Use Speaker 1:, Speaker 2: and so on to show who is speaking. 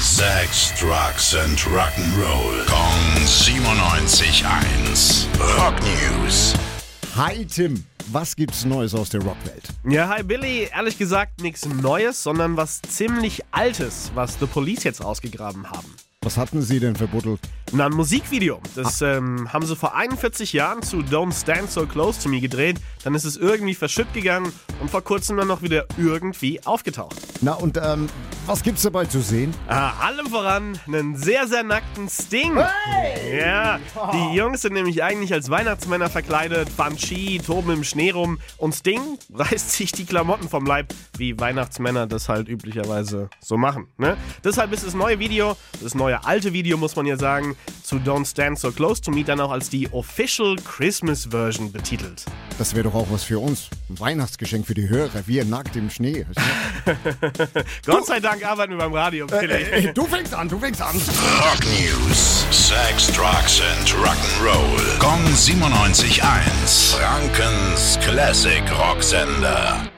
Speaker 1: Sex, Drugs and Rock'n'Roll. Kong 97.1. Rock News.
Speaker 2: Hi Tim, was gibt's Neues aus der Rockwelt?
Speaker 3: Ja, hi Billy. Ehrlich gesagt nichts Neues, sondern was ziemlich Altes, was The Police jetzt ausgegraben haben.
Speaker 2: Was hatten Sie denn verbuddelt?
Speaker 3: Na, ein Musikvideo. Das ähm, haben sie vor 41 Jahren zu Don't Stand So Close to Me gedreht. Dann ist es irgendwie verschütt gegangen und vor kurzem dann noch wieder irgendwie aufgetaucht.
Speaker 2: Na und ähm, was gibt's dabei zu sehen?
Speaker 3: Ah, allem voran einen sehr, sehr nackten Sting. Ja, die Jungs sind nämlich eigentlich als Weihnachtsmänner verkleidet. Banshee toben im Schnee rum und Sting reißt sich die Klamotten vom Leib, wie Weihnachtsmänner das halt üblicherweise so machen. Ne? Deshalb ist das neue Video, das neue alte Video, muss man ja sagen, zu Don't Stand So Close to Me dann auch als die Official Christmas Version betitelt.
Speaker 2: Das wäre doch auch was für uns. Ein Weihnachtsgeschenk für die Hörer, wir nackt im Schnee.
Speaker 3: Gott sei Dank arbeiten wir beim Radio. Billy.
Speaker 2: Ey, du fängst an, du fängst an.
Speaker 1: Rock News. Sex, Drugs and Rock'n'Roll. Kong 97.1. Frankens Classic Rocksender.